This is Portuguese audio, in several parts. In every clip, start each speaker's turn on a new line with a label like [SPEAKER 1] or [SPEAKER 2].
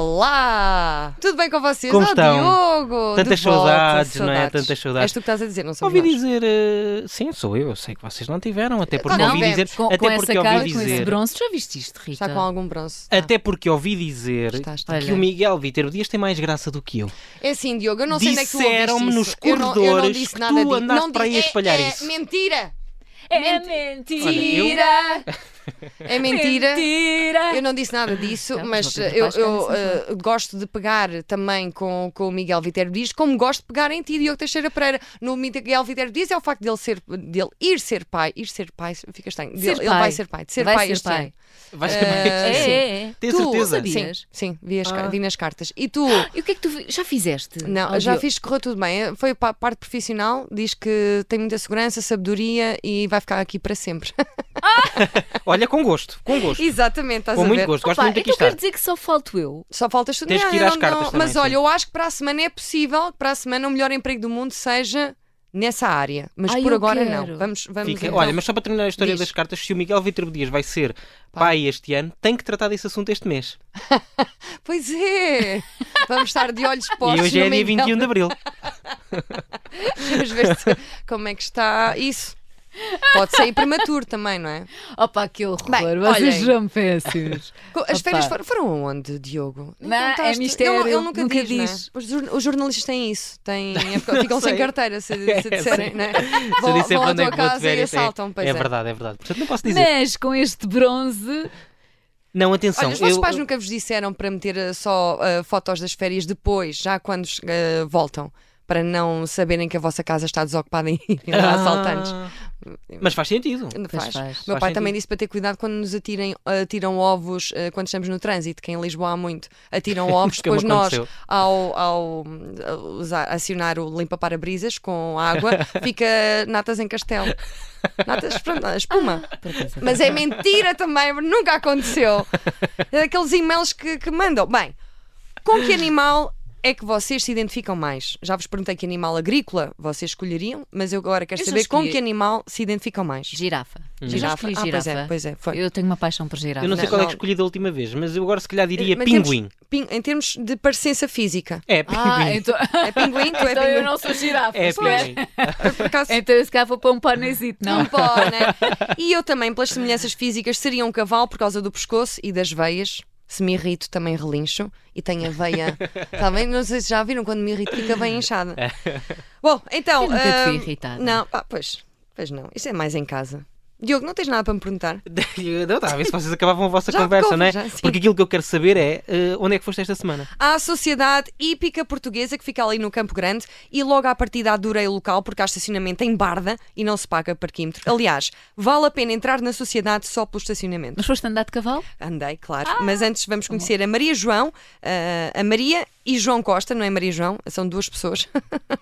[SPEAKER 1] Olá! Tudo bem com vocês?
[SPEAKER 2] Como
[SPEAKER 1] oh,
[SPEAKER 2] estão?
[SPEAKER 1] Diogo!
[SPEAKER 2] Tantas
[SPEAKER 1] de volta,
[SPEAKER 2] saudades, não é? Tantas saudades.
[SPEAKER 1] És tu que estás a dizer, não sou
[SPEAKER 2] Ouvi
[SPEAKER 1] nós.
[SPEAKER 2] dizer, eh, sim, sou eu, eu sei que vocês não tiveram, até porque
[SPEAKER 1] Não
[SPEAKER 2] ouvi
[SPEAKER 1] tivemos.
[SPEAKER 2] dizer,
[SPEAKER 3] Com,
[SPEAKER 2] até
[SPEAKER 3] com
[SPEAKER 2] porque
[SPEAKER 3] essa
[SPEAKER 2] ouvi
[SPEAKER 3] cara, com esse
[SPEAKER 2] dizer,
[SPEAKER 3] bronze, tá. já viste isto, Rita?
[SPEAKER 1] Está com algum bronze. Está.
[SPEAKER 2] até porque ouvi dizer
[SPEAKER 1] Está, está.
[SPEAKER 2] que
[SPEAKER 3] Olha.
[SPEAKER 2] o Miguel Viterbo Dias tem mais graça do que eu.
[SPEAKER 1] É assim, Diogo, eu não sei onde é que tu ouviste
[SPEAKER 2] Disseram-me nos
[SPEAKER 1] isso. Eu não- eu não
[SPEAKER 2] corredores
[SPEAKER 1] disse
[SPEAKER 2] que
[SPEAKER 1] nada
[SPEAKER 2] tu
[SPEAKER 1] disso.
[SPEAKER 2] andaste
[SPEAKER 1] Não
[SPEAKER 2] para aí
[SPEAKER 1] di-
[SPEAKER 2] a espalhar
[SPEAKER 1] é,
[SPEAKER 2] isso.
[SPEAKER 1] É mentira!
[SPEAKER 3] É mentira!
[SPEAKER 2] Olha,
[SPEAKER 1] É mentira!
[SPEAKER 3] Mentira!
[SPEAKER 1] Eu não disse nada disso,
[SPEAKER 3] Não,
[SPEAKER 1] mas
[SPEAKER 3] mas não
[SPEAKER 1] eh,
[SPEAKER 3] tem
[SPEAKER 1] eu,
[SPEAKER 3] capaz de
[SPEAKER 1] eu,
[SPEAKER 3] estar nesse
[SPEAKER 1] eh, gosto de pegar também com, com o Miguel Viterbo Dias, como gosto de pegar em ti, Diogo Teixeira Pereira. No Miguel Viterbo Dias é o facto dele, ser, dele ir ser pai, ir ser pai, fica estranho.
[SPEAKER 3] Ser
[SPEAKER 1] ele
[SPEAKER 3] pai.
[SPEAKER 1] vai ser pai, de ser
[SPEAKER 3] Vai
[SPEAKER 1] pai
[SPEAKER 3] ser
[SPEAKER 1] este
[SPEAKER 3] pai.
[SPEAKER 1] ano.
[SPEAKER 2] Vais
[SPEAKER 3] É,
[SPEAKER 2] saber.
[SPEAKER 3] é, é.
[SPEAKER 2] Tem
[SPEAKER 1] Tu
[SPEAKER 2] certeza?
[SPEAKER 3] sabias?
[SPEAKER 1] Sim, sim, vi, as, ca-
[SPEAKER 2] Ah.
[SPEAKER 1] vi nas cartas. E tu?
[SPEAKER 3] E o que é que tu vi- já fizeste?
[SPEAKER 1] Não,
[SPEAKER 3] Ó,
[SPEAKER 1] já
[SPEAKER 3] Diogo?
[SPEAKER 1] fiz, correu tudo bem. Foi para a parte profissional, diz que tem muita segurança, sabedoria e vai ficar aqui para sempre.
[SPEAKER 2] Olha, com gosto, com gosto.
[SPEAKER 1] Exatamente, estás
[SPEAKER 2] Com
[SPEAKER 1] a
[SPEAKER 2] muito
[SPEAKER 1] ver?
[SPEAKER 2] gosto, gosto
[SPEAKER 3] Pá,
[SPEAKER 2] muito de aqui
[SPEAKER 3] então quer
[SPEAKER 2] estar.
[SPEAKER 3] dizer que só falto eu?
[SPEAKER 1] Só faltas tu
[SPEAKER 2] Tens
[SPEAKER 1] Não,
[SPEAKER 2] que ir
[SPEAKER 1] eu
[SPEAKER 2] às
[SPEAKER 1] não-
[SPEAKER 2] cartas
[SPEAKER 1] não,
[SPEAKER 2] também,
[SPEAKER 1] Mas
[SPEAKER 2] sim.
[SPEAKER 1] olha, eu acho que para a semana é possível, que para a semana o melhor emprego do mundo seja nessa área. Mas
[SPEAKER 3] Ai,
[SPEAKER 1] por
[SPEAKER 3] eu
[SPEAKER 1] agora
[SPEAKER 3] quero.
[SPEAKER 1] não. Vamos, vamos
[SPEAKER 2] Fica-
[SPEAKER 1] então.
[SPEAKER 2] Olha, mas só para terminar a história
[SPEAKER 1] Diz.
[SPEAKER 2] das cartas, se o Miguel Viterbo Dias vai ser
[SPEAKER 1] Pai.
[SPEAKER 2] pai este ano, tem que tratar desse assunto este mês.
[SPEAKER 1] Pois é! Vamos estar de olhos postos.
[SPEAKER 2] e um. hoje é
[SPEAKER 1] no
[SPEAKER 2] dia
[SPEAKER 1] Miguel.
[SPEAKER 2] 21 de Abril.
[SPEAKER 1] Vamos ver se- como é que está isso. Pode sair prematuro também, não é?
[SPEAKER 3] Opa, que horror!
[SPEAKER 1] Bem,
[SPEAKER 3] vocês
[SPEAKER 1] olhem.
[SPEAKER 3] são péssimos.
[SPEAKER 1] Co- As
[SPEAKER 3] Opa.
[SPEAKER 1] férias foram, foram onde, Diogo? Nem
[SPEAKER 3] Não, é
[SPEAKER 1] contaste.
[SPEAKER 3] mistério,
[SPEAKER 1] Ele, ele nunca,
[SPEAKER 3] nunca
[SPEAKER 1] diz. não é?
[SPEAKER 3] diz.
[SPEAKER 1] Os, jor- os jornalistas têm isso. Têm, é porque ficam sem
[SPEAKER 2] sei.
[SPEAKER 1] carteira se, se
[SPEAKER 2] É,
[SPEAKER 1] disserem,
[SPEAKER 2] sim.
[SPEAKER 1] não é?
[SPEAKER 2] Se eu
[SPEAKER 1] Vão,
[SPEAKER 2] disser
[SPEAKER 1] vão
[SPEAKER 2] para
[SPEAKER 1] à
[SPEAKER 2] onde
[SPEAKER 1] tua
[SPEAKER 2] é que vou de
[SPEAKER 1] casa e
[SPEAKER 2] férias, é-
[SPEAKER 1] assaltam. Pois
[SPEAKER 2] é verdade, é verdade. Portanto, não posso dizer.
[SPEAKER 3] Mas com este bronze,
[SPEAKER 2] Não, atenção.
[SPEAKER 1] Olha, os vossos
[SPEAKER 2] eu-
[SPEAKER 1] pais nunca vos disseram para meter eh, só eh, fotos das férias depois, já quando eh, voltam, para não saberem que a vossa casa está desocupada e irem lá assaltantes.
[SPEAKER 2] Ah, Mas faz sentido.
[SPEAKER 1] Não
[SPEAKER 3] Pois
[SPEAKER 1] Faz.
[SPEAKER 3] faz,
[SPEAKER 1] Meu
[SPEAKER 2] faz
[SPEAKER 1] pai também
[SPEAKER 2] sentido.
[SPEAKER 1] disse para ter cuidado quando nos atirem, atiram ovos eh, quando estamos no trânsito, que em Lisboa há muito. Atiram ovos,
[SPEAKER 2] Que me
[SPEAKER 1] depois nós,
[SPEAKER 2] aconteceu.
[SPEAKER 1] ao, ao, hum, a usar- acionar o limpa-parabrisas com água, fica natas em castelo. Natas, pronto, espuma. Mas é mentira também, nunca aconteceu. Aqueles e-mails que, que mandam. Bem, com que animal é que vocês se identificam mais? Já vos perguntei que animal agrícola vocês escolheriam, mas eu agora quero
[SPEAKER 3] Eu já
[SPEAKER 1] saber com
[SPEAKER 3] escolhi.
[SPEAKER 1] que animal se identificam mais.
[SPEAKER 3] girafa. Eu já
[SPEAKER 1] Girafa.
[SPEAKER 3] escolhi
[SPEAKER 1] Ah, pois
[SPEAKER 3] girafa.
[SPEAKER 1] é, pois é, foi.
[SPEAKER 3] Eu tenho uma paixão por girafa.
[SPEAKER 2] Hum. Eu não sei
[SPEAKER 1] Não,
[SPEAKER 2] qual é
[SPEAKER 1] não.
[SPEAKER 2] que escolhi da última vez, mas eu agora se calhar diria
[SPEAKER 1] Eh, Mas temos
[SPEAKER 2] pinguim.
[SPEAKER 1] pin- em termos de parecença física.
[SPEAKER 2] É, pinguim.
[SPEAKER 3] Ah, então.
[SPEAKER 1] É pinguim, tu é
[SPEAKER 3] então eu
[SPEAKER 1] pinguim.
[SPEAKER 3] não sou girafa.
[SPEAKER 2] É,
[SPEAKER 3] espera.
[SPEAKER 2] pinguim.
[SPEAKER 1] Por acaso,
[SPEAKER 3] Então eu se calhar vou para um panezito, não?
[SPEAKER 1] um pó, né? E eu também, pelas semelhanças físicas, seria um cavalo por causa do pescoço e das veias. Se me irrito, também relincho e tenho a veia. Está bem? Não sei se já viram, quando me irrito, fica bem inchada. Bom, então.
[SPEAKER 3] Eu nunca te vi
[SPEAKER 1] hum,
[SPEAKER 3] irritada.
[SPEAKER 1] Não, ah, pois, pois não. Isso é mais em casa. Diogo, não tens nada para me perguntar?
[SPEAKER 2] Eu estava tá, a ver se vocês acabavam a vossa
[SPEAKER 1] Já
[SPEAKER 2] conversa,
[SPEAKER 1] acabou,
[SPEAKER 2] não é?
[SPEAKER 1] já, sim.
[SPEAKER 2] Porque aquilo que eu quero saber é eh, onde é que foste esta semana?
[SPEAKER 1] à Sociedade Hípica Portuguesa, que fica ali no Campo Grande, e logo à partida adorei o local porque há estacionamento em barda e não se paga parquímetro. Aliás, vale a pena entrar na sociedade só pelo estacionamento.
[SPEAKER 3] Mas foste andar de cavalo?
[SPEAKER 1] Andei, claro.
[SPEAKER 2] Ah,
[SPEAKER 1] Mas antes vamos
[SPEAKER 2] tá
[SPEAKER 1] conhecer a Maria João, ah, a Maria e João Costa, não é Maria João, são duas pessoas.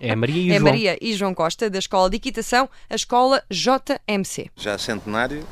[SPEAKER 2] É a Maria e o
[SPEAKER 1] é
[SPEAKER 2] João.
[SPEAKER 1] Maria e João Costa, da Escola de Equitação, a Escola JMC.
[SPEAKER 4] já centenário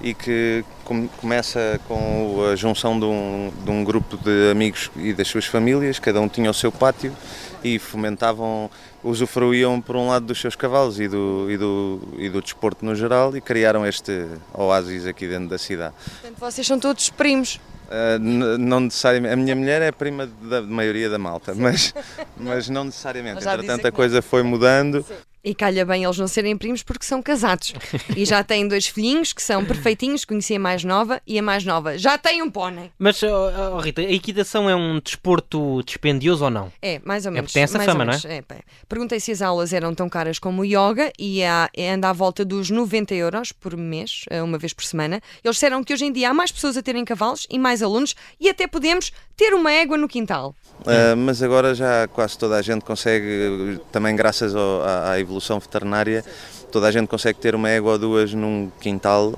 [SPEAKER 4] e que com- começa com o- a junção de um, de um grupo de amigos e das suas famílias, cada um tinha o seu pátio e fomentavam, usufruíam por um lado dos seus cavalos e do, e do, e do desporto no geral e criaram este oásis aqui dentro da cidade.
[SPEAKER 1] Portanto, vocês são todos primos.
[SPEAKER 4] Uh, n- não necessariamente. A minha mulher é prima da maioria da malta, mas, mas não necessariamente.
[SPEAKER 1] Mas já dizem
[SPEAKER 4] Entretanto,
[SPEAKER 1] que
[SPEAKER 4] a coisa foi mudando.
[SPEAKER 1] E calha bem eles não serem primos porque são casados. E já têm dois filhinhos que são perfeitinhos, conheci a mais nova e a mais nova já tem um pônei.
[SPEAKER 2] Mas, oh, oh, Rita, a equitação é um desporto dispendioso ou não?
[SPEAKER 1] É, mais ou menos.
[SPEAKER 2] porque tem essa
[SPEAKER 1] mais
[SPEAKER 2] fama,
[SPEAKER 1] ou
[SPEAKER 2] não é?
[SPEAKER 1] menos. pá. Perguntei se as aulas eram tão caras como o yoga e a- anda à volta dos 90 euros por mês, eh, uma vez por semana. Eles disseram que hoje em dia há mais pessoas a terem cavalos e mais alunos e até podemos ter uma égua no quintal. É.
[SPEAKER 4] Uh, mas agora já quase toda a gente consegue, também graças ao- à, à evolução veterinária, toda a gente consegue ter uma égua ou duas num quintal,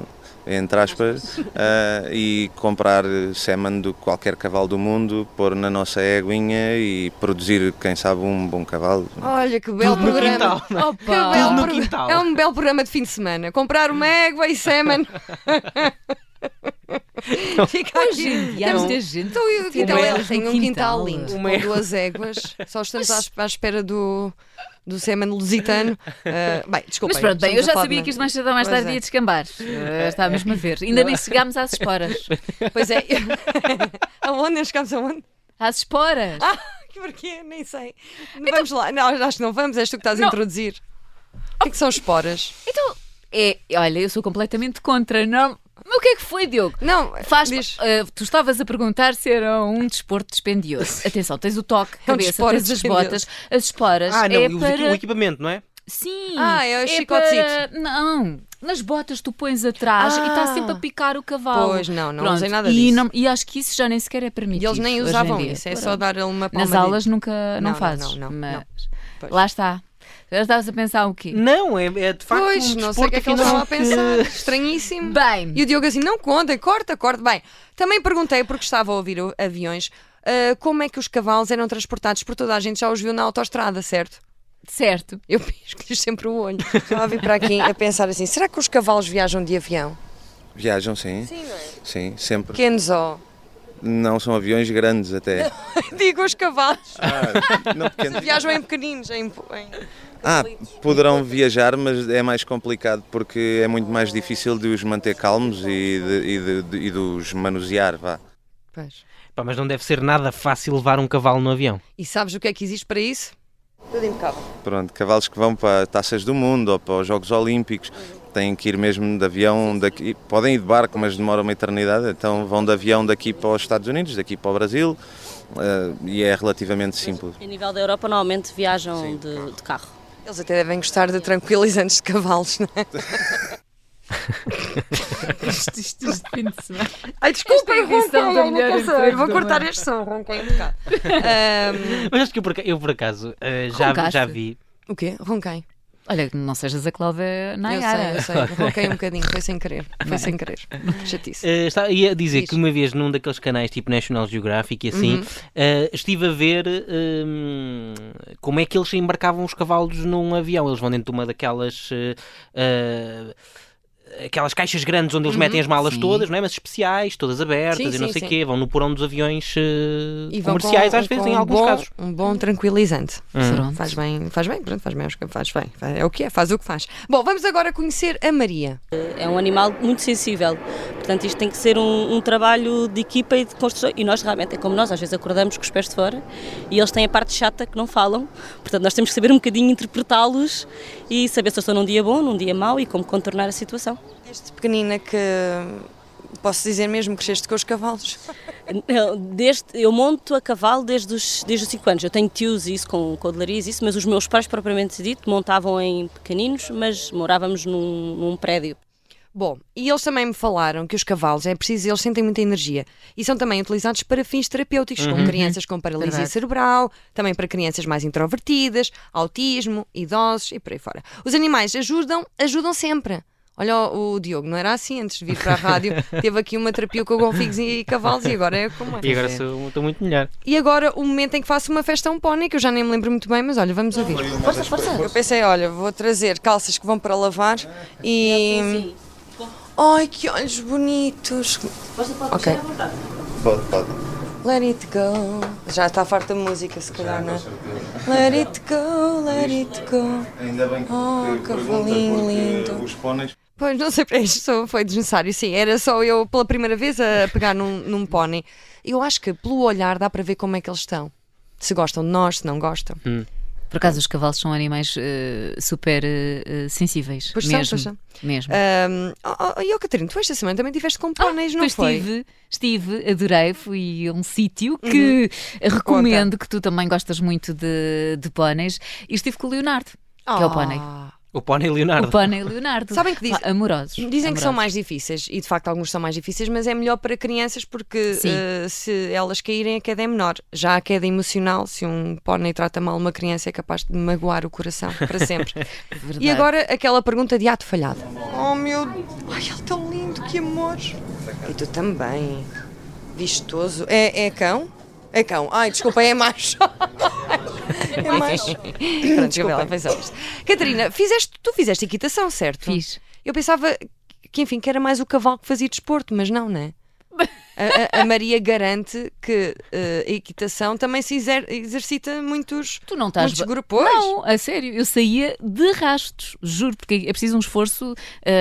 [SPEAKER 4] entre aspas, uh, e comprar semen de qualquer cavalo do mundo, pôr na nossa éguinha e produzir, quem sabe, um bom cavalo.
[SPEAKER 1] Olha que belo
[SPEAKER 2] Tudo no
[SPEAKER 1] um programa.
[SPEAKER 2] quintal, não é?
[SPEAKER 1] Que belo
[SPEAKER 2] Tudo no
[SPEAKER 1] pro-
[SPEAKER 2] quintal.
[SPEAKER 1] É um belo programa de fim de semana. Comprar uma égua e semen. Fica
[SPEAKER 3] Hoje em
[SPEAKER 1] aqui.
[SPEAKER 3] dia há muita gente.
[SPEAKER 1] Então, e o quintal
[SPEAKER 2] Uma
[SPEAKER 1] é,
[SPEAKER 3] égua
[SPEAKER 1] tem
[SPEAKER 3] no
[SPEAKER 1] um quintal
[SPEAKER 3] quintal.
[SPEAKER 1] lindo,
[SPEAKER 2] Uma
[SPEAKER 1] com
[SPEAKER 2] égua.
[SPEAKER 1] duas éguas. Só estamos à, à espera do, do semen lusitano. Ah, bem, desculpa.
[SPEAKER 3] Mas pronto, bem, eu já sabia
[SPEAKER 1] isto
[SPEAKER 3] que isto mais cedo ou mais
[SPEAKER 1] Pois
[SPEAKER 3] tarde
[SPEAKER 1] é.
[SPEAKER 3] ia descambar. Eh, Está mesmo a ver. Ainda nem chegámos às esporas.
[SPEAKER 1] Pois é. aonde? é. Nós chegámos aonde?
[SPEAKER 3] Às esporas.
[SPEAKER 1] Ah, porquê? Nem sei. Vamos lá. Não, acho que não vamos, és tu que estás a
[SPEAKER 3] Então- Não.
[SPEAKER 1] introduzir. O que, é que são esporas?
[SPEAKER 3] Então, é, olha, eu sou completamente contra, não. Mas o que é que foi, Diogo?
[SPEAKER 1] Não,
[SPEAKER 3] Faz,
[SPEAKER 1] diz.
[SPEAKER 3] ah, tu estavas a perguntar se era um desporto dispendioso. Atenção, tens o toque,
[SPEAKER 1] É um
[SPEAKER 3] cabeça,
[SPEAKER 1] desporto
[SPEAKER 3] tens as botas, as esporas.
[SPEAKER 2] Ah, não,
[SPEAKER 3] é
[SPEAKER 2] e os
[SPEAKER 3] para...
[SPEAKER 2] equi- o equipamento, não é?
[SPEAKER 3] Sim.
[SPEAKER 1] Ah, é o
[SPEAKER 3] para...
[SPEAKER 1] chicotezito.
[SPEAKER 3] Não. Nas botas tu pões atrás
[SPEAKER 1] Ah.
[SPEAKER 3] e está sempre a picar o cavalo.
[SPEAKER 1] Pois, não, não
[SPEAKER 3] Pronto,
[SPEAKER 1] usei nada
[SPEAKER 3] e
[SPEAKER 1] disso.
[SPEAKER 3] não- e acho que isso já nem sequer é permitido.
[SPEAKER 1] E eles nem
[SPEAKER 3] hoje em
[SPEAKER 1] usavam
[SPEAKER 3] dia.
[SPEAKER 1] isso, é
[SPEAKER 3] Pronto.
[SPEAKER 1] só dar-lhe uma palma.
[SPEAKER 3] Nas aulas nunca
[SPEAKER 1] Ah, Não,
[SPEAKER 3] não,
[SPEAKER 1] não,
[SPEAKER 3] fazes.
[SPEAKER 1] não, não,
[SPEAKER 3] mas
[SPEAKER 1] não. Pois.
[SPEAKER 3] lá está. Já estavas a pensar o quê?
[SPEAKER 2] Não, é, é de facto
[SPEAKER 1] Pois,
[SPEAKER 2] um
[SPEAKER 1] não sei o
[SPEAKER 2] desporto
[SPEAKER 1] que é que eles
[SPEAKER 2] afinal,
[SPEAKER 1] estão a pensar.
[SPEAKER 2] que-
[SPEAKER 1] Estranhíssimo.
[SPEAKER 3] Bem,
[SPEAKER 1] E o Diogo assim, não contem, corta, corta. Bem, também perguntei, porque estava a ouvir o- aviões, ah, como é que os cavalos eram transportados por toda a gente, já os viu na autoestrada, certo?
[SPEAKER 3] certo.
[SPEAKER 1] Eu pisco-lhes sempre o olho. Estava a vir para aqui a pensar assim, será que os cavalos viajam de avião?
[SPEAKER 4] Viajam, sim.
[SPEAKER 1] Sim, não é?
[SPEAKER 4] Sim, sempre.
[SPEAKER 1] Pequenos, ó.
[SPEAKER 4] Não são aviões grandes até.
[SPEAKER 1] Digo os cavalos.
[SPEAKER 4] Ah, não pequeno.
[SPEAKER 1] Viajam em pequeninos, em... em...
[SPEAKER 4] Ah, poderão viajar, mas é mais complicado porque é muito mais difícil de os manter calmos e de, e de- de- e de os manusear, vá.
[SPEAKER 1] Pois.
[SPEAKER 2] Pá, mas não deve ser nada fácil levar um cavalo no avião.
[SPEAKER 1] E sabes o que é que existe para isso? Tudo impecável.
[SPEAKER 4] Pronto, cavalos que vão para taças do mundo ou para os Jogos Olímpicos têm que ir mesmo de avião daqui. Podem ir de barco, mas demora uma eternidade, então vão de avião daqui para os Estados Unidos, daqui para o Brasil eh, e é relativamente simples.
[SPEAKER 5] A nível da Europa, normalmente viajam de, de carro.
[SPEAKER 1] Eles até devem gostar de tranquilizantes de cavalos, não é?
[SPEAKER 3] Isto, isto, isto fim de semana.
[SPEAKER 1] Ai, desculpa,
[SPEAKER 3] Esta é a edição da melhor empresa
[SPEAKER 1] Vou
[SPEAKER 3] do
[SPEAKER 1] cortar
[SPEAKER 3] mundo.
[SPEAKER 1] este som, ronquei um bocado. Ahm,
[SPEAKER 2] Mas acho que eu por, aca- eu, por acaso eh, já,
[SPEAKER 3] Roncaste?
[SPEAKER 2] já vi.
[SPEAKER 1] o quê? Ronquei.
[SPEAKER 3] Olha, não sejas a Cláudia
[SPEAKER 1] eu
[SPEAKER 3] Nayara.
[SPEAKER 1] sei, eu sei. Ronquei um bocadinho, foi sem querer.
[SPEAKER 2] é?
[SPEAKER 1] Foi sem querer. Chatice.
[SPEAKER 2] Eh, está- ia dizer
[SPEAKER 1] Diz. Uhum.
[SPEAKER 2] que uma vez num daqueles canais tipo National Geographic e assim, eh, estive a ver hum, como é que eles embarcavam os cavalos num avião. Eles vão dentro de uma daquelas. eh, eh, Aquelas caixas grandes onde eles metem as malas
[SPEAKER 3] Sim.
[SPEAKER 2] todas, não é? Mas especiais, todas abertas
[SPEAKER 1] Uhum. Sim,
[SPEAKER 2] e não
[SPEAKER 1] sim,
[SPEAKER 2] sei o
[SPEAKER 1] sim.
[SPEAKER 2] quê. Vão no porão dos aviões eh,
[SPEAKER 1] E vão
[SPEAKER 2] comerciais,
[SPEAKER 1] com-
[SPEAKER 2] às vezes,
[SPEAKER 1] com
[SPEAKER 2] em
[SPEAKER 1] um
[SPEAKER 2] alguns
[SPEAKER 1] bom-
[SPEAKER 2] casos. Hum.
[SPEAKER 1] Um bom tranquilizante.
[SPEAKER 3] Pronto.
[SPEAKER 1] Faz bem, faz bem, pronto, faz bem, acho que faz bem. Faz- É o que é, faz o que faz. Bom, vamos agora conhecer a Maria.
[SPEAKER 5] É um animal muito sensível. Portanto, isto tem que ser um, um trabalho de equipa e de construção. E nós realmente, é como nós, às vezes acordamos com os pés de fora e eles têm a parte chata que não falam. Portanto, nós temos que saber um bocadinho interpretá-los e saber se eles estão num dia bom, num dia mau e como contornar a situação.
[SPEAKER 1] Este pequenina que posso dizer mesmo que cresceste com os cavalos.
[SPEAKER 5] Não, Desde, eu monto a cavalo desde os, desde os 5 anos. Eu tenho tios e isso com, com odelaria e isso, mas os meus pais, propriamente dito, montavam em pequeninos, mas morávamos num, num prédio.
[SPEAKER 1] Bom, e eles também me falaram que os cavalos é preciso, eles sentem muita energia e são também utilizados para fins terapêuticos,
[SPEAKER 2] Uhum.
[SPEAKER 1] com crianças com paralisia
[SPEAKER 3] Verdade.
[SPEAKER 1] cerebral, também para crianças mais introvertidas, autismo, idosos e por aí fora. Os animais ajudam, ajudam sempre. Olha, o o Diogo não era assim antes de vir para a rádio, teve aqui uma terapia com golfinhos e cavalos e agora é como é.
[SPEAKER 2] E agora sou- estou muito melhor.
[SPEAKER 1] E agora o momento em que faço uma festa a um pônei, que eu já nem me lembro muito bem, mas olha, vamos ouvir.
[SPEAKER 3] Força, força.
[SPEAKER 1] Eu pensei, olha, vou trazer calças que vão para lavar
[SPEAKER 3] é assim,
[SPEAKER 1] e. Ai, que olhos bonitos! Ok,
[SPEAKER 4] Pode, pode.
[SPEAKER 1] let it go. Já está farta a música, se calhar, não é? Let it go, let it go.
[SPEAKER 4] Ainda bem que,
[SPEAKER 1] Oh, que cavalinho lindo.
[SPEAKER 4] os póneis
[SPEAKER 1] Pois, não sei, isto foi desnecessário, sim. Era só eu, pela primeira vez, a pegar num, num pônei. Eu acho que pelo olhar dá para ver como é que eles estão. Se gostam de nós, se não gostam.
[SPEAKER 3] Por acaso, os cavalos são animais eh, super eh, eh, sensíveis.
[SPEAKER 1] Pois são,
[SPEAKER 3] mesmo.
[SPEAKER 1] pois são.
[SPEAKER 3] Mesmo.
[SPEAKER 1] Ahm, oh, oh, e, oh, Catarina, tu esta semana também tiveste com pôneis, não
[SPEAKER 3] Ah, Pois
[SPEAKER 1] foi?
[SPEAKER 3] Estive, estive, adorei. Fui a um sítio que
[SPEAKER 1] Uhum.
[SPEAKER 3] recomendo, que tu também gostas muito de, de pôneis. E estive com o Leonardo, que é o pônei.
[SPEAKER 1] Ah.
[SPEAKER 2] O Pony Leonardo.
[SPEAKER 3] O pônei Leonardo.
[SPEAKER 1] Sabem que diz-
[SPEAKER 3] Pá, Amorosos.
[SPEAKER 1] Dizem que são
[SPEAKER 3] amorosos.
[SPEAKER 1] mais difíceis e de facto alguns são mais difíceis, mas é melhor para crianças porque
[SPEAKER 3] Sim.
[SPEAKER 1] eh, se elas caírem a queda é menor. Já a queda emocional, se um pônei trata mal uma criança, é capaz de magoar o coração para sempre.
[SPEAKER 3] Verdade.
[SPEAKER 1] e agora aquela pergunta de ato falhado. Oh meu, ai ele é tão lindo, que amor! E tu também, vistoso. É, é cão? É cão. Ai, desculpa, é macho. É macho. Pronto, Gabriela, pensava isto. Catarina, fizeste, tu fizeste equitação, certo?
[SPEAKER 3] Fiz.
[SPEAKER 1] Eu pensava que, enfim, que era mais o cavalo que fazia desporto, mas não, né? A, a- a Maria garante que eh, a equitação também se exer- exercita muitos,
[SPEAKER 3] Tu não estás.
[SPEAKER 1] muitos
[SPEAKER 3] ba-
[SPEAKER 1] grupos.
[SPEAKER 3] Não, a sério, eu saía de rastos, juro, porque é preciso um esforço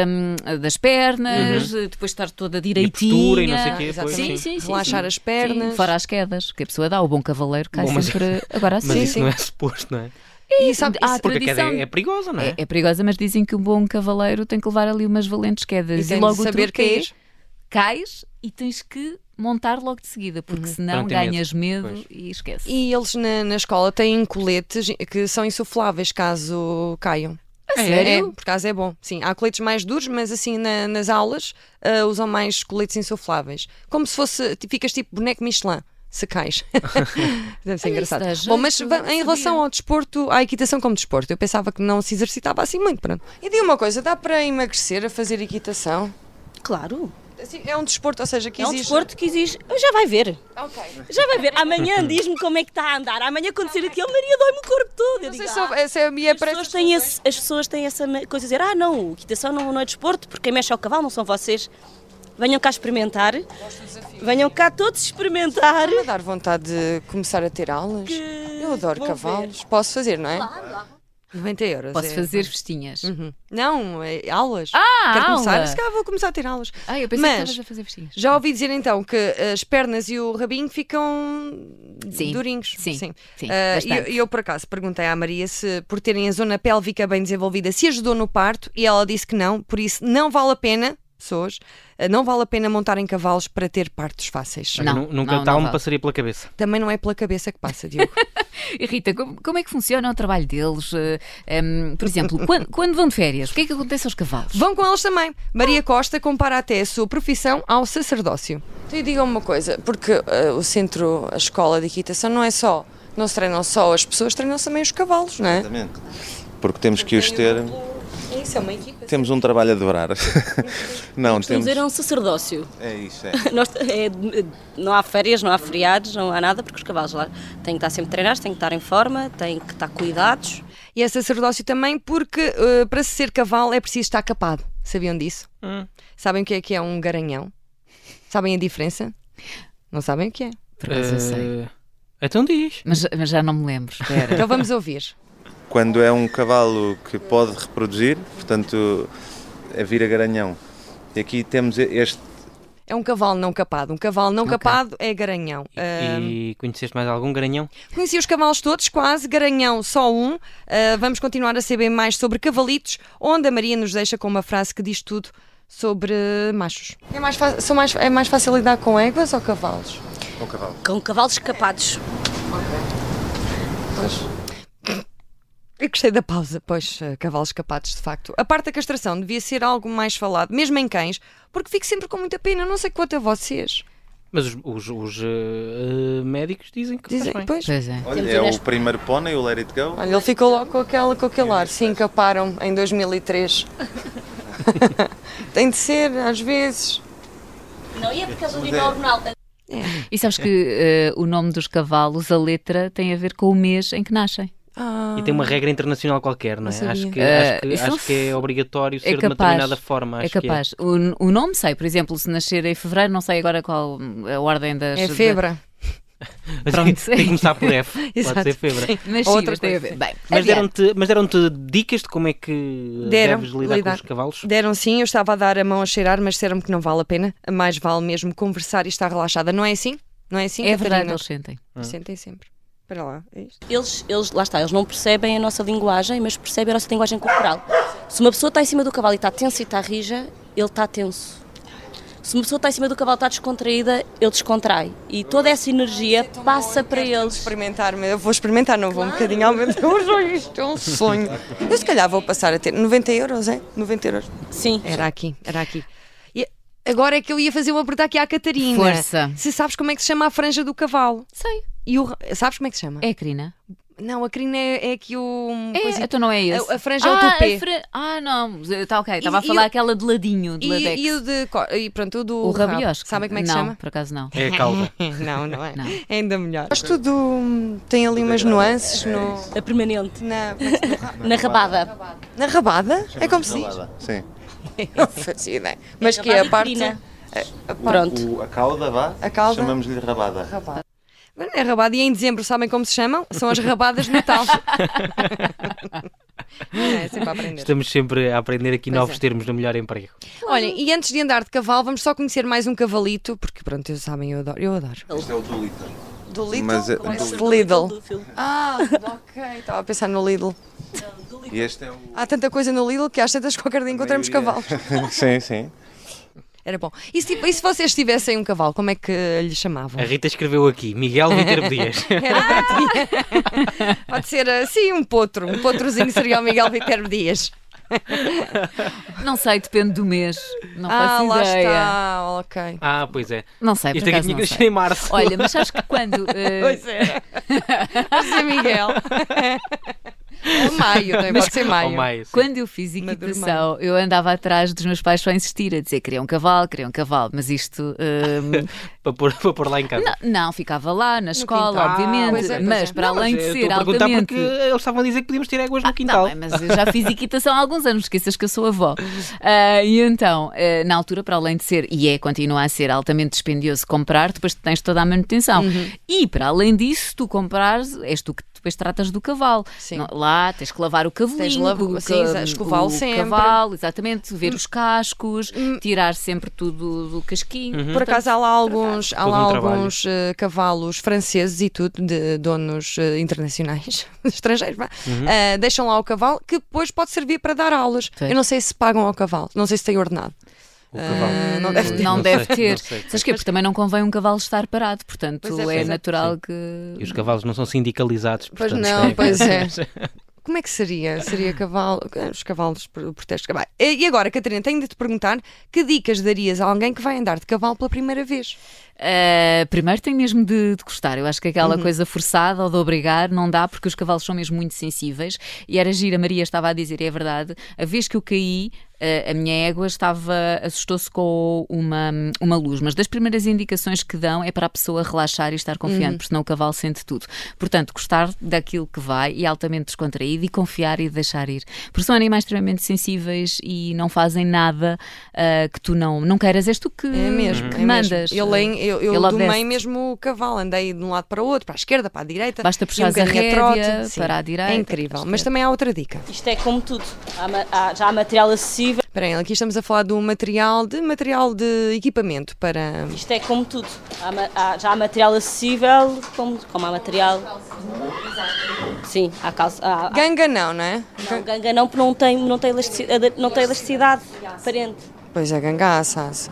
[SPEAKER 3] hum, das pernas,
[SPEAKER 1] Uhum.
[SPEAKER 3] depois estar toda
[SPEAKER 2] E a
[SPEAKER 3] direitinha.
[SPEAKER 2] postura e não sei o quê. assim.
[SPEAKER 1] Ah,
[SPEAKER 2] pois,
[SPEAKER 1] exatamente.
[SPEAKER 3] Sim,
[SPEAKER 2] sim.
[SPEAKER 3] sim, sim.
[SPEAKER 1] Relaxar
[SPEAKER 3] sim.
[SPEAKER 1] as pernas.
[SPEAKER 3] Sim, fora as quedas, que a pessoa dá, o bom cavaleiro cai
[SPEAKER 2] Bom, mas-
[SPEAKER 3] sempre. Agora
[SPEAKER 2] Mas
[SPEAKER 3] assim.
[SPEAKER 2] isso não é suposto, não é?
[SPEAKER 1] E sabe,
[SPEAKER 3] há a
[SPEAKER 1] isso-
[SPEAKER 2] Porque a queda
[SPEAKER 3] tradição.
[SPEAKER 2] é é perigosa, não é?
[SPEAKER 3] É, é perigosa, mas dizem que um bom cavaleiro tem que levar ali umas valentes
[SPEAKER 1] e
[SPEAKER 3] quedas. E,
[SPEAKER 1] tem de
[SPEAKER 3] logo
[SPEAKER 1] saber
[SPEAKER 3] o truque é,
[SPEAKER 1] cair.
[SPEAKER 3] cais e tens que montar logo de seguida, porque senão
[SPEAKER 2] Não tem medo.
[SPEAKER 3] ganhas medo, e esquece.
[SPEAKER 1] Uhum. E eles na, na escola têm coletes que são insufláveis caso caiam.
[SPEAKER 3] A sério?
[SPEAKER 1] É, por acaso é bom. Sim, há coletes mais duros, mas assim na- nas aulas ah, usam mais coletes insufláveis. Como se fosse, ti- ficas tipo boneco Michelin. Se cais. Deve ser
[SPEAKER 3] Olha,
[SPEAKER 1] engraçado.
[SPEAKER 3] isso dá
[SPEAKER 1] Bom, mas
[SPEAKER 3] jeito,
[SPEAKER 1] va-
[SPEAKER 3] não
[SPEAKER 1] em
[SPEAKER 3] sabia.
[SPEAKER 1] relação ao desporto, à equitação como desporto, eu pensava que não se exercitava assim muito. Pronto. E diga uma coisa: dá para emagrecer a fazer equitação?
[SPEAKER 5] Claro.
[SPEAKER 1] Assim, é um desporto, ou seja, que
[SPEAKER 5] é um
[SPEAKER 1] existe.
[SPEAKER 5] desporto que exige. Já vai ver.
[SPEAKER 1] Ok.
[SPEAKER 5] Já vai ver. Amanhã diz-me como é que está a andar. Amanhã acontecer aquilo, Maria dói-me o corpo todo. Eu
[SPEAKER 1] Não sei
[SPEAKER 5] digo,
[SPEAKER 1] se
[SPEAKER 5] "Ah,
[SPEAKER 1] houve- se é a minha
[SPEAKER 5] as, pessoas têm esse- as pessoas têm essa ma- coisa de dizer: ah, não, equitação não, não é desporto, porque quem mexe ao cavalo não são vocês. Venham cá experimentar. Venham cá todos experimentar.
[SPEAKER 1] Vai dar vontade de começar a ter aulas. Eu adoro
[SPEAKER 5] vão
[SPEAKER 1] cavalos. Posso fazer, não é? 90 euros.
[SPEAKER 3] Posso
[SPEAKER 1] é.
[SPEAKER 3] fazer vestinhas.
[SPEAKER 1] Uhum. Não, é aulas.
[SPEAKER 3] Ah,
[SPEAKER 1] Quero começar,
[SPEAKER 3] aula.
[SPEAKER 1] se calhar vou começar a ter aulas.
[SPEAKER 3] Ah, eu pensei que
[SPEAKER 1] Mas-
[SPEAKER 3] estavas a fazer vestinhas.
[SPEAKER 1] Já ouvi dizer então que as pernas e o rabinho ficam
[SPEAKER 3] Sim.
[SPEAKER 1] durinhos.
[SPEAKER 3] Sim, sim,
[SPEAKER 1] Ah, e eu,
[SPEAKER 3] bastante.
[SPEAKER 1] e eu, por acaso, perguntei à Maria se, por terem a zona pélvica bem desenvolvida, se ajudou no parto e ela disse que não, por isso não vale a pena, pessoas, ah, não vale a pena montar em cavalos para ter partos fáceis.
[SPEAKER 3] Não,
[SPEAKER 2] Nu- Nunca
[SPEAKER 3] não,
[SPEAKER 2] tal
[SPEAKER 3] não
[SPEAKER 2] me
[SPEAKER 3] vale.
[SPEAKER 2] passaria pela cabeça.
[SPEAKER 1] Também não é pela cabeça que passa, Diogo.
[SPEAKER 3] E Rita, como, como é que funciona o trabalho deles? Eh, em, por exemplo, quando, quando vão de férias, o que é que acontece aos cavalos?
[SPEAKER 1] Vão com eles também. Maria Costa compara até a sua profissão ao sacerdócio. Então, e digam-me uma coisa, porque eh, o centro, a escola de equitação não é só, não se treinam só as pessoas, treinam-se também os cavalos, não é?
[SPEAKER 4] Exatamente. Porque temos que os ter.
[SPEAKER 1] Isso, é uma equipa.
[SPEAKER 4] Temos um trabalho a dobrar. Não, temos.
[SPEAKER 5] Vamos dizer, é um sacerdócio.
[SPEAKER 4] É isso, é.
[SPEAKER 5] Nós- é- não há férias, não há feriados, não há nada, porque os cavalos lá têm que estar sempre treinados, têm que estar em forma, têm que estar cuidados.
[SPEAKER 1] E é sacerdócio também porque eh, para ser cavalo é preciso estar capado. Sabiam disso?
[SPEAKER 2] Hum.
[SPEAKER 1] Sabem o que é que é um garanhão? Sabem a diferença? Não sabem o que é.
[SPEAKER 3] Por acaso eu sei.
[SPEAKER 2] Eh, Então diz.
[SPEAKER 3] Mas, mas já não me lembro. Espera.
[SPEAKER 1] Então vamos ouvir.
[SPEAKER 4] Quando é um cavalo que pode reproduzir, portanto, é a vira garanhão. E aqui temos este.
[SPEAKER 1] É um cavalo não capado. Um cavalo não capado é garanhão. Ah,
[SPEAKER 2] E conheceste mais algum garanhão?
[SPEAKER 1] Conheci os cavalos todos, quase, Garanhão só um. Ah, vamos continuar a saber mais sobre cavalitos, onde a Maria nos deixa com uma frase que diz tudo sobre machos. É mais, fa- são mais- é mais fácil lidar com éguas ou cavalos?
[SPEAKER 4] Um cavalo.
[SPEAKER 5] Com cavalos escapados.
[SPEAKER 1] Eu gostei da pausa, pois ah, cavalos capados, de facto. A parte da castração devia ser algo mais falado, mesmo em cães, porque fico sempre com muita pena, não sei quanto a vocês.
[SPEAKER 2] Mas os, os- os, eh, eh, médicos dizem que
[SPEAKER 1] Dizem,
[SPEAKER 2] está bem.
[SPEAKER 1] pois.
[SPEAKER 3] Pois é.
[SPEAKER 4] Olha,
[SPEAKER 5] Temos
[SPEAKER 1] um
[SPEAKER 4] é
[SPEAKER 5] o
[SPEAKER 4] o
[SPEAKER 5] neste-
[SPEAKER 4] primeiro pônei, o Let It Go.
[SPEAKER 1] Olha, ele ficou logo com, aquela, com aquele ar. Sim, caparam em 2003. Tem de ser, às vezes.
[SPEAKER 5] Não, e é porque eles ligam ao jornal.
[SPEAKER 3] E sabes que eh, o nome dos cavalos, a letra, tem a ver com o mês em que nascem.
[SPEAKER 1] Ah.
[SPEAKER 2] E tem uma regra internacional qualquer, não é?
[SPEAKER 1] sabia.
[SPEAKER 2] acho, que,
[SPEAKER 3] Eh,
[SPEAKER 2] acho, que,
[SPEAKER 3] isso
[SPEAKER 2] acho
[SPEAKER 3] não
[SPEAKER 2] que é obrigatório ser
[SPEAKER 3] É
[SPEAKER 2] de uma
[SPEAKER 3] capaz.
[SPEAKER 2] determinada forma.
[SPEAKER 3] é
[SPEAKER 2] acho que
[SPEAKER 3] capaz. O, o nome sei, por exemplo, se nascer em fevereiro, não sei agora qual a ordem das.
[SPEAKER 1] É febra.
[SPEAKER 3] Pronto.
[SPEAKER 2] Tem que começar por F. Pode
[SPEAKER 1] Exato.
[SPEAKER 2] ser febre.
[SPEAKER 3] da- Mas sim,
[SPEAKER 1] Outra
[SPEAKER 3] mas tem a
[SPEAKER 1] coisa.
[SPEAKER 3] ver. Bem,
[SPEAKER 2] Mas
[SPEAKER 3] adiante.
[SPEAKER 2] deram-te mas deram-te dicas de como é que
[SPEAKER 1] Deram,
[SPEAKER 2] deves lidar,
[SPEAKER 1] lidar.
[SPEAKER 2] com os cavalos?
[SPEAKER 1] Deram sim, eu estava a dar a mão a cheirar, mas disseram-me que não vale a pena. Mais vale mesmo conversar e estar relaxada. Não é assim? Não é assim?
[SPEAKER 3] É verdade,
[SPEAKER 1] Catarina?
[SPEAKER 3] eles sentem.
[SPEAKER 1] Sentem sempre. Espera lá. é isto?
[SPEAKER 5] Eles, eles, lá está, eles não percebem a nossa linguagem, mas percebem a nossa linguagem corporal. Se uma pessoa está em cima do cavalo e está tensa e está rija, ele está tenso. Se uma pessoa está em cima do cavalo e está descontraída, ele descontrai. E toda essa energia
[SPEAKER 1] então é
[SPEAKER 5] passa para eles.
[SPEAKER 1] Experimentar, mas eu vou experimentar, não vou um bocadinho ao mesmo tempo. Hoje Isto é um sonho. Eu se calhar vou passar a ter 90 euros, é? 90 euros.
[SPEAKER 5] Sim.
[SPEAKER 1] Era aqui, era aqui. E agora é que eu ia fazer uma pergunta aqui à Catarina.
[SPEAKER 3] Força.
[SPEAKER 1] Se sabes como é que se chama a franja do cavalo?
[SPEAKER 3] Sei.
[SPEAKER 1] E o... Sabes como é que se chama?
[SPEAKER 3] É a crina.
[SPEAKER 1] Não, a crina é, é aqui o.
[SPEAKER 3] É,
[SPEAKER 1] coisa-
[SPEAKER 3] então não é esse.
[SPEAKER 1] A- a franja é o
[SPEAKER 3] ah,
[SPEAKER 1] tupé.
[SPEAKER 3] a fran- Ah, não. Está ok. Estava a
[SPEAKER 1] e
[SPEAKER 3] falar
[SPEAKER 1] o-
[SPEAKER 3] aquela de ladinho, de
[SPEAKER 1] E,
[SPEAKER 3] ladex.
[SPEAKER 1] e o de. co- E pronto, o do.
[SPEAKER 3] O
[SPEAKER 1] rabo.
[SPEAKER 3] rabiosco.
[SPEAKER 1] Sabem como é que
[SPEAKER 3] não,
[SPEAKER 1] se chama?
[SPEAKER 3] por acaso não.
[SPEAKER 2] É a cauda.
[SPEAKER 1] Não, não é.
[SPEAKER 3] Não.
[SPEAKER 1] É ainda melhor. Mas tudo hum, tem ali umas nuances no,
[SPEAKER 5] A permanente.
[SPEAKER 1] na,
[SPEAKER 5] Na rabada.
[SPEAKER 1] na rabada. É como se diz.
[SPEAKER 4] Sim.
[SPEAKER 1] Não fazia ideia. Mas que é a
[SPEAKER 5] Rabada
[SPEAKER 1] parte.
[SPEAKER 5] e crina.
[SPEAKER 1] a- a-
[SPEAKER 5] Pronto.
[SPEAKER 4] O- a cauda, vá?
[SPEAKER 1] A cauda?
[SPEAKER 4] Chamamos-lhe rabada.
[SPEAKER 1] Rabada. Mas não é rabada e em dezembro sabem como se chamam? São as rabadas de Natal. é, é sempre a aprender.
[SPEAKER 2] Estamos sempre a aprender aqui
[SPEAKER 1] Pois
[SPEAKER 2] novos
[SPEAKER 1] é.
[SPEAKER 2] termos no melhor emprego.
[SPEAKER 1] Olhem, e antes de andar de cavalo, vamos só conhecer mais um cavalito, porque pronto, vocês sabem, eu adoro. Eu adoro.
[SPEAKER 4] Isto é o do Lita.
[SPEAKER 1] Do
[SPEAKER 4] Lidl? Mas, eh,
[SPEAKER 1] Como é que se-
[SPEAKER 5] Do
[SPEAKER 1] Lidl.
[SPEAKER 5] do filme.
[SPEAKER 1] Ah, ok. Estava a pensar no Lidl.
[SPEAKER 4] E este é o.
[SPEAKER 1] Há tanta coisa no Lidl que às tantas qualquer dia encontramos
[SPEAKER 4] maioria.
[SPEAKER 1] cavalos.
[SPEAKER 4] sim, sim.
[SPEAKER 1] Era bom. E se, e se vocês tivessem um cavalo, como é que lhe
[SPEAKER 2] A
[SPEAKER 1] chamavam?
[SPEAKER 2] Rita escreveu aqui, Miguel Viterbo Dias.
[SPEAKER 1] Era para ti. Pode ser assim um potro. Um potrozinho seria o Miguel Viterbo Dias.
[SPEAKER 3] Não sei, depende do mês. Não
[SPEAKER 1] ah,
[SPEAKER 3] faço
[SPEAKER 1] lá
[SPEAKER 3] ideia.
[SPEAKER 1] está. Ok.
[SPEAKER 2] Ah, pois é.
[SPEAKER 3] Não sei, por
[SPEAKER 2] Isto aqui
[SPEAKER 3] acaso
[SPEAKER 2] tinha que
[SPEAKER 3] não
[SPEAKER 2] nascer em
[SPEAKER 3] sei.
[SPEAKER 2] março.
[SPEAKER 3] Olha, mas acho que quando. eh,
[SPEAKER 1] Pois é. Pode ser É Miguel. Ou é maio, também pode ser maio.
[SPEAKER 2] Ou maio, sim.
[SPEAKER 3] Quando eu fiz equitação, eu andava atrás dos meus pais só a insistir, a dizer queria um cavalo, queria um cavalo, mas isto hum,
[SPEAKER 2] Para pôr, para pôr lá em casa.
[SPEAKER 3] não, não, ficava lá na escola,
[SPEAKER 1] quintal.
[SPEAKER 3] obviamente,
[SPEAKER 1] Pois é, pois
[SPEAKER 3] mas
[SPEAKER 1] é.
[SPEAKER 3] para
[SPEAKER 2] Não, mas
[SPEAKER 3] além de
[SPEAKER 2] eu
[SPEAKER 3] ser
[SPEAKER 2] estou a perguntar
[SPEAKER 3] altamente.
[SPEAKER 2] porque eles estavam a dizer que podíamos ter éguas
[SPEAKER 1] Ah,
[SPEAKER 2] no
[SPEAKER 3] Tá
[SPEAKER 2] quintal.
[SPEAKER 1] é?
[SPEAKER 3] bem, mas eu já fiz equitação há alguns anos, esqueças que eu sou avó. Ah, e então, eh, na altura, para além de ser, e é, continua a ser altamente dispendioso comprar, depois tens toda a manutenção.
[SPEAKER 1] Uhum.
[SPEAKER 3] E para além disso, se tu comprares, és tu que depois tratas do cavalo.
[SPEAKER 1] Sim.
[SPEAKER 3] Não- lá tens que lavar o cavalinho,
[SPEAKER 1] Tens de lavar-
[SPEAKER 3] o,
[SPEAKER 1] sim, exa- escová-lo
[SPEAKER 3] o
[SPEAKER 1] sempre. Hum.
[SPEAKER 3] cavalo, exatamente, ver os cascos, tirar sempre tudo do casquinho.
[SPEAKER 2] Uhum.
[SPEAKER 1] Por acaso há lá alguns, há
[SPEAKER 2] Todo
[SPEAKER 1] lá
[SPEAKER 2] um trabalho.
[SPEAKER 1] alguns eh, cavalos franceses e tudo, de donos eh, internacionais, estrangeiros, vá.
[SPEAKER 2] Uhum.
[SPEAKER 1] Eh, deixam lá o cavalo que depois pode servir para dar aulas.
[SPEAKER 3] Sim.
[SPEAKER 1] Eu não sei se pagam ao cavalo, não sei se tem ordenado.
[SPEAKER 2] O cavalo.
[SPEAKER 1] Ah, não
[SPEAKER 3] Hum,
[SPEAKER 1] deve ter.
[SPEAKER 3] Não
[SPEAKER 2] Não
[SPEAKER 3] deve
[SPEAKER 2] sei,
[SPEAKER 3] ter.
[SPEAKER 2] não sei.
[SPEAKER 3] Sabes quê? Porque também não convém um cavalo estar parado, portanto
[SPEAKER 1] Pois é,
[SPEAKER 3] é,
[SPEAKER 1] pois é.
[SPEAKER 3] natural que.
[SPEAKER 2] E os cavalos não são sindicalizados.
[SPEAKER 1] Pois
[SPEAKER 2] portanto,
[SPEAKER 1] não,
[SPEAKER 2] é-
[SPEAKER 1] pois é. Como é que seria? Seria cavalo. Os cavalos pro- protestos. Vai. E agora, Catarina, tenho de te perguntar que dicas darias a alguém que vai andar de cavalo pela primeira vez?
[SPEAKER 3] Uh, primeiro tem mesmo de, de gostar. Eu acho que aquela coisa forçada ou de obrigar não dá, porque os cavalos são mesmo muito sensíveis. E era gira, a Maria estava a dizer, e é verdade, a vez que eu caí. uh, A minha égua estava assustou-se com uma, uma luz, mas das primeiras indicações que dão é para a pessoa relaxar e estar confiante, porque senão o cavalo sente tudo. Portanto, gostar daquilo que vai e altamente descontraído e confiar e deixar ir. Porque são animais extremamente sensíveis e não fazem nada uh, que tu não, não queiras. És tu que,
[SPEAKER 1] É mesmo.
[SPEAKER 3] que
[SPEAKER 1] é mesmo.
[SPEAKER 3] Uhum. mandas.
[SPEAKER 1] Eu, em- eu, eu
[SPEAKER 3] Ele
[SPEAKER 1] domei
[SPEAKER 3] obedece-te.
[SPEAKER 1] mesmo o cavalo, andei de um lado para o outro, para a esquerda, para a direita.
[SPEAKER 3] Basta
[SPEAKER 1] e
[SPEAKER 3] puxares a
[SPEAKER 1] bocadinho
[SPEAKER 3] rédea
[SPEAKER 1] trote. Sim,
[SPEAKER 3] para a direita,
[SPEAKER 1] É
[SPEAKER 3] para a
[SPEAKER 1] incrível. Mas
[SPEAKER 3] esquerda.
[SPEAKER 1] também há outra dica.
[SPEAKER 5] Isto é como tudo. Há ma- há- já há material acessível.
[SPEAKER 1] Espera aí, aqui estamos a falar de um material de material de equipamento para.
[SPEAKER 5] Isto é como tudo. Há ma- há- já há material acessível, como, como há material. Sim, há calça. há- há-
[SPEAKER 1] Ganga não, não é?
[SPEAKER 5] não, ganga não, porque não tem, não tem elasticidade, não tem elasticidade aparente.
[SPEAKER 1] Pois é, ganga assas.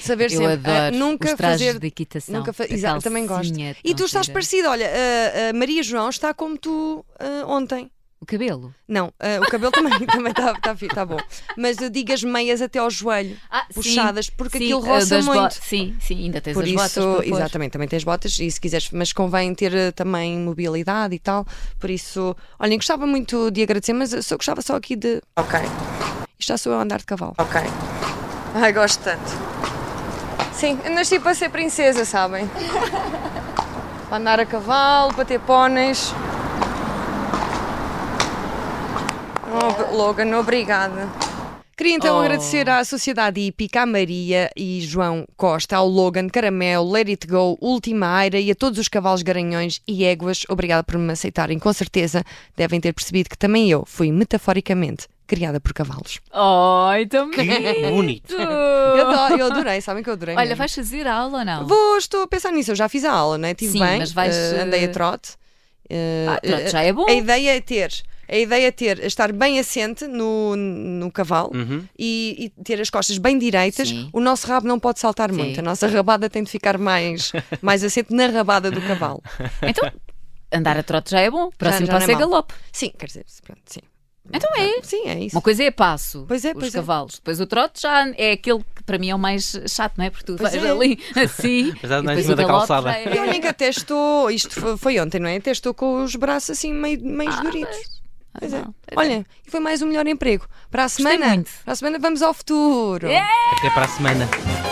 [SPEAKER 1] Saber
[SPEAKER 3] Eu
[SPEAKER 1] sempre.
[SPEAKER 3] adoro
[SPEAKER 1] ah, nunca
[SPEAKER 3] os trajes
[SPEAKER 1] fazer
[SPEAKER 3] de equitação,
[SPEAKER 1] Nunca fa...
[SPEAKER 3] a
[SPEAKER 1] Exato, também gosto.
[SPEAKER 3] calcinha
[SPEAKER 1] E
[SPEAKER 3] tão
[SPEAKER 1] tu estás
[SPEAKER 3] gira.
[SPEAKER 1] parecida, olha, a, a Maria João está como tu ah, ontem.
[SPEAKER 3] O cabelo?
[SPEAKER 1] Não, ah, o cabelo também está também tá, tá, fi- tá bom. Mas eu digo as meias até ao joelho,
[SPEAKER 3] Ah,
[SPEAKER 1] puxadas, porque aquilo roça
[SPEAKER 3] eh, das bo-
[SPEAKER 1] muito.
[SPEAKER 3] Sim, sim, ainda tens
[SPEAKER 1] Por
[SPEAKER 3] as
[SPEAKER 1] isso,
[SPEAKER 3] botas para pôr.
[SPEAKER 1] exatamente, também tens botas e se quiseres, mas convém ter eh, também mobilidade e tal. Por isso, olhem, gostava muito de agradecer, mas eu só gostava só aqui de. Ok. Isto já sou eu a andar de cavalo. Ok. Ai, gosto tanto. Sim, eu nasci para ser princesa, sabem? para andar a cavalo, para ter póneis. Oh, Logan, obrigada. Queria então
[SPEAKER 3] Oh.
[SPEAKER 1] agradecer à Sociedade Hípica, à Maria e João Costa, ao Logan, Caramel, Let It Go, Última Aira e a todos os cavalos garanhões e éguas. Obrigada por me aceitarem. Com certeza devem ter percebido que também eu fui metaforicamente criada por cavalos.
[SPEAKER 3] Ai, também.
[SPEAKER 2] Que bonito.
[SPEAKER 1] Eu, adoro- eu adorei, sabem que eu adorei.
[SPEAKER 3] Oh. Olha,
[SPEAKER 1] mesmo.
[SPEAKER 3] vais fazer aula ou não?
[SPEAKER 1] Vou, estou a pensar nisso. Eu já fiz a aula, não é? Tive
[SPEAKER 3] Sim,
[SPEAKER 1] bem,
[SPEAKER 3] mas vais,
[SPEAKER 1] eh, andei a trote. Eh,
[SPEAKER 3] Ah, pronto,
[SPEAKER 1] eh,
[SPEAKER 3] já é bom.
[SPEAKER 1] A ideia é ter. A ideia é ter, estar bem assente no, no cavalo e, e ter as costas bem direitas.
[SPEAKER 3] Sim.
[SPEAKER 1] O nosso rabo não pode saltar
[SPEAKER 3] Sim.
[SPEAKER 1] muito. A nossa rabada tem de ficar mais, mais assente na rabada do cavalo.
[SPEAKER 3] Então, andar a trote já é bom. Próximo
[SPEAKER 1] já não é
[SPEAKER 3] passo é
[SPEAKER 1] mau.
[SPEAKER 3] galope.
[SPEAKER 1] Sim, quer dizer, pronto, sim.
[SPEAKER 3] Então é.
[SPEAKER 1] Sim, é isso.
[SPEAKER 3] Uma coisa é passo,
[SPEAKER 1] Pois é,
[SPEAKER 3] os
[SPEAKER 1] pois é.
[SPEAKER 3] cavalos. Depois o trote já é aquele que para mim é o mais chato, não é? Porque tu
[SPEAKER 1] Pois
[SPEAKER 3] vais
[SPEAKER 1] é.
[SPEAKER 3] ali assim.
[SPEAKER 2] Mas dá
[SPEAKER 3] e
[SPEAKER 2] na
[SPEAKER 3] depois
[SPEAKER 2] cima
[SPEAKER 3] o
[SPEAKER 2] da
[SPEAKER 3] galope
[SPEAKER 2] calçada.
[SPEAKER 3] já é-
[SPEAKER 1] E olhem que até estou, isto foi- foi ontem, não é? Até estou com os braços assim meio, meio doridos. Pois é.
[SPEAKER 3] não, pois é.
[SPEAKER 1] Olha, e foi mais um melhor emprego. Para a semana,
[SPEAKER 3] muito.
[SPEAKER 1] para a semana vamos ao futuro.
[SPEAKER 2] Até para a semana.